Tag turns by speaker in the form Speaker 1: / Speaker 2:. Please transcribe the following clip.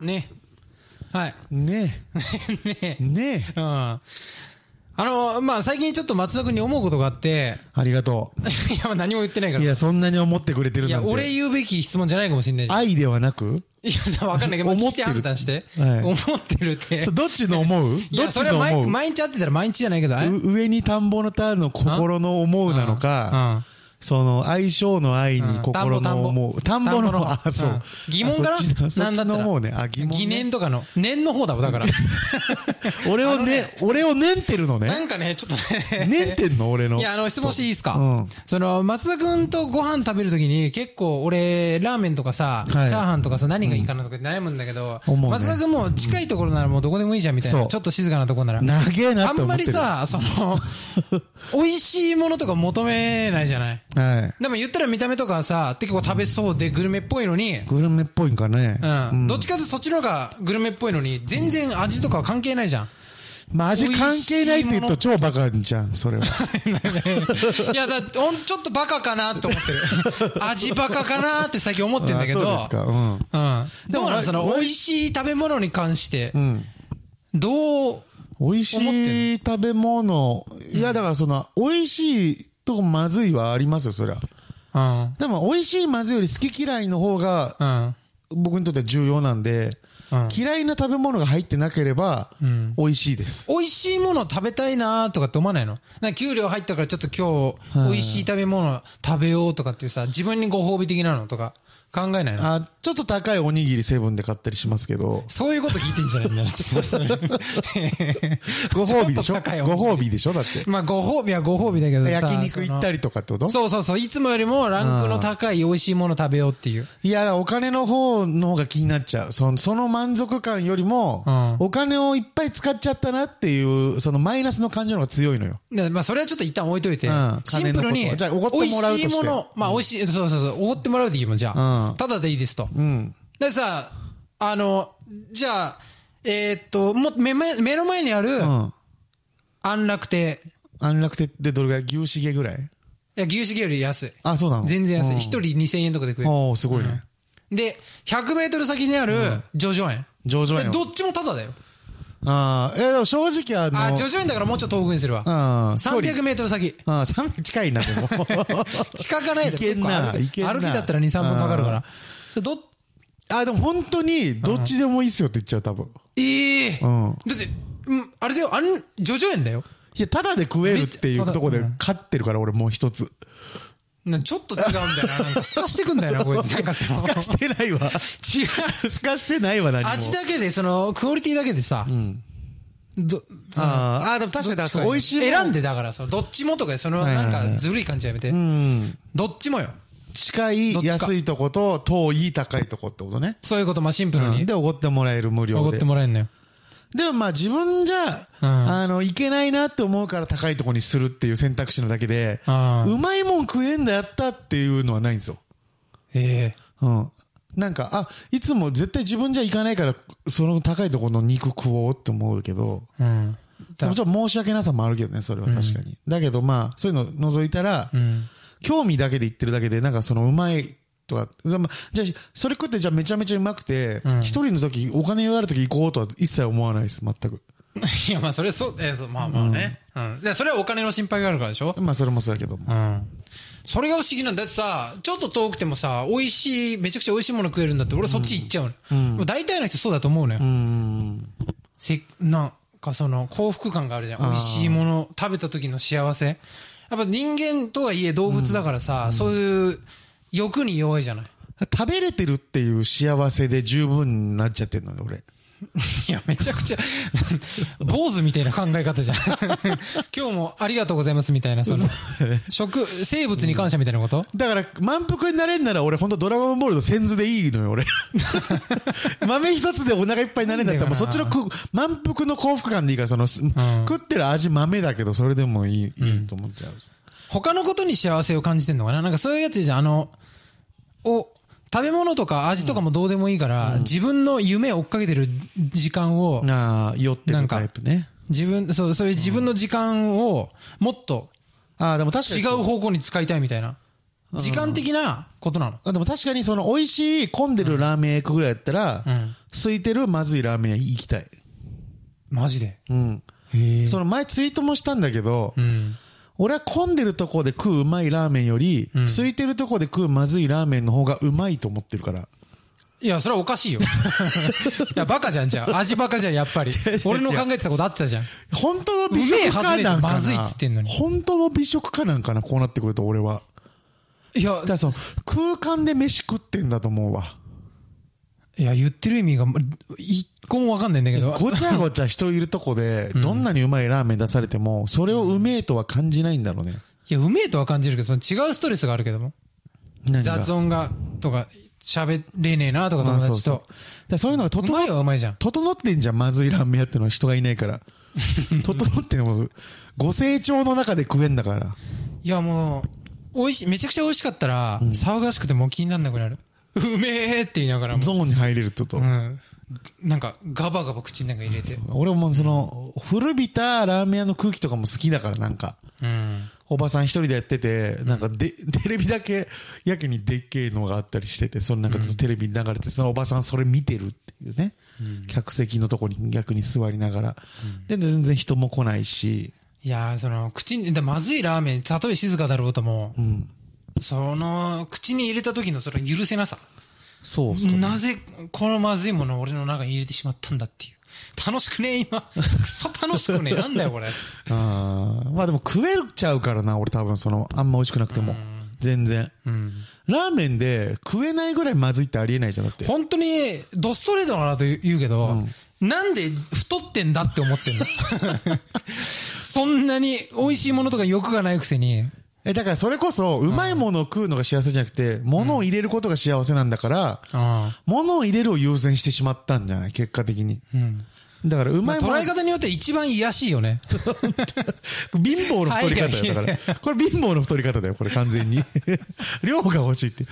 Speaker 1: ね。はい。
Speaker 2: ね
Speaker 1: ね
Speaker 2: え。ねえ。
Speaker 1: うん。あの、まあ、最近ちょっと松田君に思うことがあって、
Speaker 2: ありがと
Speaker 1: いや、まあ何も言ってないか
Speaker 2: う。
Speaker 1: ら。
Speaker 2: い
Speaker 1: い
Speaker 2: や、そんなに思ってくれてるな
Speaker 1: や、
Speaker 2: んて。
Speaker 1: 俺言うべき質問じゃないかもしれないし。
Speaker 2: 愛ではなく
Speaker 1: いや、さわかんないけど、
Speaker 2: 思
Speaker 1: 思
Speaker 2: っ
Speaker 1: ってて
Speaker 2: る
Speaker 1: 判断して。
Speaker 2: はい
Speaker 1: 思ってるって
Speaker 2: そ。うどっちの思う
Speaker 1: い
Speaker 2: どっ
Speaker 1: や、
Speaker 2: ち
Speaker 1: それ
Speaker 2: の
Speaker 1: は毎
Speaker 2: 思う
Speaker 1: 毎日会ってたら毎日じゃないけど、あれ
Speaker 2: う上に田んぼの田の心の思うなのか、
Speaker 1: うん
Speaker 2: その相性の愛
Speaker 1: う
Speaker 2: に
Speaker 1: ん
Speaker 2: 心の思う。田んぼの方、あ、そ
Speaker 1: ん
Speaker 2: う。
Speaker 1: 疑問か
Speaker 2: あそっちの
Speaker 1: な
Speaker 2: そっ
Speaker 1: なん
Speaker 2: ち
Speaker 1: だった
Speaker 2: の
Speaker 1: ら
Speaker 2: 方ね。あ、疑問ね。
Speaker 1: 念とかの。念の方だもん、 だから。
Speaker 2: 俺をね、俺をねんてるの
Speaker 1: な
Speaker 2: ね。
Speaker 1: んかね、ちょっとね。
Speaker 2: ねんてんの俺の。
Speaker 1: いや、あの、質問していいですか、
Speaker 2: うん
Speaker 1: その、松田くんとご飯食べるときに、結構俺、ラーメンとかさ、チャーハンとかさ、何がいいかなとか悩むんだけど、
Speaker 2: うん思うね
Speaker 1: 松田くんも近いところならもうどこでもいいじゃんみたい
Speaker 2: そ
Speaker 1: な。
Speaker 2: う
Speaker 1: ちょっと静かなところなら。
Speaker 2: 長えな
Speaker 1: あ
Speaker 2: っ
Speaker 1: ん
Speaker 2: て思
Speaker 1: ま
Speaker 2: って
Speaker 1: り
Speaker 2: る。
Speaker 1: さ、そ の、美味しいものとか求めないじゃない
Speaker 2: はい。
Speaker 1: でも言ったら見た目とかさ、結構食べそうでグルメっぽいのに、
Speaker 2: グルメっぽいんかね。
Speaker 1: うん。どっちかというとそっちの方がグルメっぽいのに、全然味とかは関係ないじゃん。
Speaker 2: まあ味関係ないって言うと超バカじゃん、それは。
Speaker 1: いや、だほんちょっとバカかなって思って る。味バカかなって最近思ってんだけど。
Speaker 2: あそうですか。うん。
Speaker 1: うん。
Speaker 2: で
Speaker 1: ど
Speaker 2: も
Speaker 1: うなのその、美味しい食べ物に関して
Speaker 2: う、ん。
Speaker 1: どう、
Speaker 2: 美味しい食べ物。いや、だからその、美味しいとこまずいはありますよ、そりゃ。
Speaker 1: うん。
Speaker 2: でも、美味しいまずいより好き嫌いの方が、
Speaker 1: うん。
Speaker 2: 僕にとっては重要なんで、
Speaker 1: うん
Speaker 2: 嫌いな食べ物が入ってなければ、
Speaker 1: ん
Speaker 2: 美味しいです。
Speaker 1: 美味しいもの食べたいなとかって思わないのなんか給料入ったからちょっと今日、美味しい食べ物食べようとかっていうさ、自分にご褒美的なのとか、考えないの
Speaker 2: あ、ちょっと高いおにぎりセブンで買ったりしますけど、
Speaker 1: そういうこと聞いてんじゃないん だな、 ちょっとそれ
Speaker 2: ご褒美でしょ
Speaker 1: ちょ
Speaker 2: ご
Speaker 1: っと高いおにぎり
Speaker 2: 褒美でしょだって。
Speaker 1: まあ、ご褒美はご褒美だけどさ。
Speaker 2: 焼肉行ったりとかってこと
Speaker 1: そのそうそうそう。いつもよりもランクの高い美味しいもの食べようっていう。
Speaker 2: いや、お金の方の方が気になっちゃう。そのその満足感よりも、
Speaker 1: うん
Speaker 2: お金をいっぱい使っちゃったなっていう、そのマイナスの感情の方が強いのよ。
Speaker 1: でまあ、それはちょっと一旦置いといて
Speaker 2: うん。
Speaker 1: シンプル
Speaker 2: 金
Speaker 1: に、
Speaker 2: のこと
Speaker 1: 美
Speaker 2: じゃあ奢っ
Speaker 1: 味
Speaker 2: てもらうと
Speaker 1: し
Speaker 2: して
Speaker 1: いもの、まあ、美味しい、そうそうそう、おごってもらうでいいもん、じゃ
Speaker 2: う
Speaker 1: あ
Speaker 2: ん。
Speaker 1: ただでいいですと。
Speaker 2: うん。
Speaker 1: でさ、あの、じゃあ、えーっと、もう目前、目の前にある
Speaker 2: う、ん。
Speaker 1: 安楽亭。
Speaker 2: 安楽亭ってどれぐらい牛しげぐらい
Speaker 1: いや、牛しげより安い。
Speaker 2: あ、そうなの
Speaker 1: 全然安い。
Speaker 2: うん
Speaker 1: 一人2000円とかで食える。
Speaker 2: おー、すごいね。
Speaker 1: で、100メートル先にある、ジョジョ園。
Speaker 2: 上場
Speaker 1: で
Speaker 2: 園。
Speaker 1: どっちもタダだよ。
Speaker 2: ああ、え、でも正直あの、
Speaker 1: あ、ジョジョ園だからもうちょっと遠くにするわ。
Speaker 2: ああ、距離
Speaker 1: 300メートル先。
Speaker 2: ああ、300近いな、で も。
Speaker 1: 近かないで。
Speaker 2: いけん
Speaker 1: 結
Speaker 2: な
Speaker 1: 構歩
Speaker 2: いけんな
Speaker 1: 歩きだったら2、3分かかるから。それど、
Speaker 2: あ、でも本当に、どっちでもいいっすよって言っちゃう、多分。
Speaker 1: ええ
Speaker 2: うん。
Speaker 1: だって、うんあれだよ、あん、ジョジョ園だよ。
Speaker 2: いや、ただで食えるっていうとこで勝ってるから、俺もう一 つ。
Speaker 1: なちょっと違うんだよな。なんか透かしてくんだよな、こい つ。なんかその
Speaker 2: すかしてないわ。
Speaker 1: 違う。
Speaker 2: すかしてないわ、何も。
Speaker 1: 味だけで、その、クオリティだけでさ、ど、その
Speaker 2: ああああ、でも確かに、だからそう美味しいもん。
Speaker 1: 選んでだから、その、どっちもとか、その、
Speaker 2: はいはい
Speaker 1: な
Speaker 2: は
Speaker 1: ん
Speaker 2: い
Speaker 1: か、ずるい感じやめて
Speaker 2: う。ん。
Speaker 1: どっちもよ。
Speaker 2: 近
Speaker 1: どっち
Speaker 2: い、
Speaker 1: か
Speaker 2: 安いとこと、遠い、高いとこってことね。
Speaker 1: そういうこと、まあ、シンプル
Speaker 2: うん
Speaker 1: に。
Speaker 2: で、おごってもらえる、無
Speaker 1: おご
Speaker 2: 料
Speaker 1: っ
Speaker 2: で
Speaker 1: て。もらえんのよ。
Speaker 2: でもまあ自分じゃ、
Speaker 1: うん
Speaker 2: あの、いけないなって思うから高いとこにするっていう選択肢のだけで、う
Speaker 1: ああ
Speaker 2: まいもん食えんだやったっていうのはないんですよ。
Speaker 1: ええ。
Speaker 2: うん。なんか、あ、いつも絶対自分じゃ行かないから、その高いとこの肉食おうって思うけど、
Speaker 1: うん。
Speaker 2: でもちょっと申し訳なさもあるけどね、それは確かに。だけどまあ、そういうの除いたら、
Speaker 1: うん。
Speaker 2: 興味だけで言ってるだけで、なんかそのうまいとか、ざまじゃあ、それ食ってじゃあめちゃめちゃうまくて、一、
Speaker 1: うん
Speaker 2: 人の時、お金がある時行こうとは一切思わないです、全く。
Speaker 1: いや、まあ、それ、そう、えーそう、まあまあね。うん。で、それはお金の心配があるからでしょ
Speaker 2: まあそれもそうだけども。
Speaker 1: うん。それが不思議なんだ。だってさ、ちょっと遠くてもさ、美味しい、めちゃくちゃ美味しいもの食えるんだって、俺そっち行っちゃうの。もう大体の人そうだと思うのよ。
Speaker 2: うん。
Speaker 1: せ、なんかその、幸福感があるじゃん。美味しいもの、食べた時の幸せ。やっぱ人間とはいえ動物だからさ、そういう欲に弱いじゃない。
Speaker 2: 食べれてるっていう幸せで十分になっちゃってんのね、俺。
Speaker 1: いや、めちゃくちゃ、 坊主みたいな考え方じゃん。 今日もありがとうございますみたいな、その、食、生物に感謝みたいなこと
Speaker 2: だから、満腹になれんなら俺ほんとドラゴンボールの先図でいいの よ、俺。豆一つでお腹いっぱいになれんだったら、もうそっちの食う満腹の幸福感でいいから、その、す食ってる味豆だけど、それでもいい、いいと思っちゃう。
Speaker 1: 他のことに幸せを感じてんのかななんかそういうやつじゃん。あの、お、食べ物とか味とかもどうでもいいから、自分の夢を追っかけてる時間を、
Speaker 2: ああ、酔って
Speaker 1: な
Speaker 2: る
Speaker 1: んか
Speaker 2: タイプね。
Speaker 1: 自分、そう、そういう自分の時間をもっと
Speaker 2: ああ、でも確か
Speaker 1: 違
Speaker 2: に
Speaker 1: う
Speaker 2: そう。
Speaker 1: 方向に使いたいみたいな。時間的なことなの。
Speaker 2: あでも確かにその美味しい混んでるラーメン屋行くぐらいやったら、
Speaker 1: うん。
Speaker 2: 空いてるまずいラーメン屋行きたい。
Speaker 1: マジで。
Speaker 2: うん。
Speaker 1: へ
Speaker 2: その前ツイートもしたんだけど、
Speaker 1: うん。
Speaker 2: 俺は混んでるとこで食ううまいラーメンより、
Speaker 1: うん
Speaker 2: 空いてるとこで食うまずいラーメンの方がうまいと思ってるから。
Speaker 1: いや、それはおかしい よ。いや、バカじゃん、じゃあ。味バカじゃん、やっぱり
Speaker 2: 違う違う。
Speaker 1: 俺の考えてたこと合ってたじゃん。
Speaker 2: 本当の美食家なんか
Speaker 1: う
Speaker 2: な
Speaker 1: めえはずねえしまずいっつってんのに
Speaker 2: 本当の美食家なんかなこうなってくると俺は。
Speaker 1: いや
Speaker 2: だか、らその空間で飯食ってんだと思うわ。
Speaker 1: いや、言ってる意味が、一個もわかんないんだけど。
Speaker 2: ごちゃごちゃ人いるとこで、どんなにうまいラーメン出されても、それをうめえとは感じないんだろうね。
Speaker 1: いや、うめえとは感じるけど、その違うストレスがあるけども。
Speaker 2: 何が
Speaker 1: 雑音が、とか、喋れねえな、とか友
Speaker 2: あそう
Speaker 1: 達
Speaker 2: そう
Speaker 1: と。
Speaker 2: だからそういうのが
Speaker 1: うまい
Speaker 2: 整
Speaker 1: はうまいじゃん。
Speaker 2: 整ってんじゃん、まずいラーメン屋ってのは人がいない から。整ってんのも、ご成長の中で食えんだから。
Speaker 1: いや、もう、美味しい、めちゃくちゃ美味しかったら、騒がしくてもう気になんなくなる。うめえって言いながらも。
Speaker 2: ゾーンに入れるとと
Speaker 1: う。ん。なんか、ガバガバ口の中に入れて。
Speaker 2: 俺もその、古びたラーメン屋の空気とかも好きだから、なんか。
Speaker 1: うん。
Speaker 2: おばさん一人でやってて、なんかで、テレビだけ、やけにでっけえのがあったりしてて、そのなんかずっとテレビに流れて、そのおばさんそれ見てるっていうね。客席のとこに逆に座りながら。で、全然人も来ないし。
Speaker 1: いやー、その、口に、でまずいラーメン、たとえ静かだろうとも、
Speaker 2: うん。
Speaker 1: その、口に入れた時のその許せなさ。
Speaker 2: そうっすかね
Speaker 1: なぜ、このまずいものを俺の中に入れてしまったんだっていう。楽しくねえ、今。くそ楽しくねえ。なんだよ、これ。
Speaker 2: あーまあでも食えちゃうからな、俺多分その、あんま美味しくなくても。全然。
Speaker 1: うん。
Speaker 2: ラーメンで食えないぐらいまずいってありえないじゃなくて。
Speaker 1: 本当に、ドストレートだなと言うけど、なんで太ってんだって思 ってんのそんなに美味しいものとか欲がないくせに、
Speaker 2: え、だからそれこそ、うまいものを食うのが幸せじゃなくて、ものを入れることが幸せなんだから、
Speaker 1: あ
Speaker 2: ものを入れるを優先してしまったんじゃない結果的に。
Speaker 1: あうん。
Speaker 2: だからう
Speaker 1: ま
Speaker 2: ま
Speaker 1: あ、
Speaker 2: いもの、
Speaker 1: 捉え方によって一番癒やしいよね。
Speaker 2: 貧乏の太り方
Speaker 1: はい
Speaker 2: よ。だから、これ貧乏の太り方だよ、これ完全に。量が欲しいって。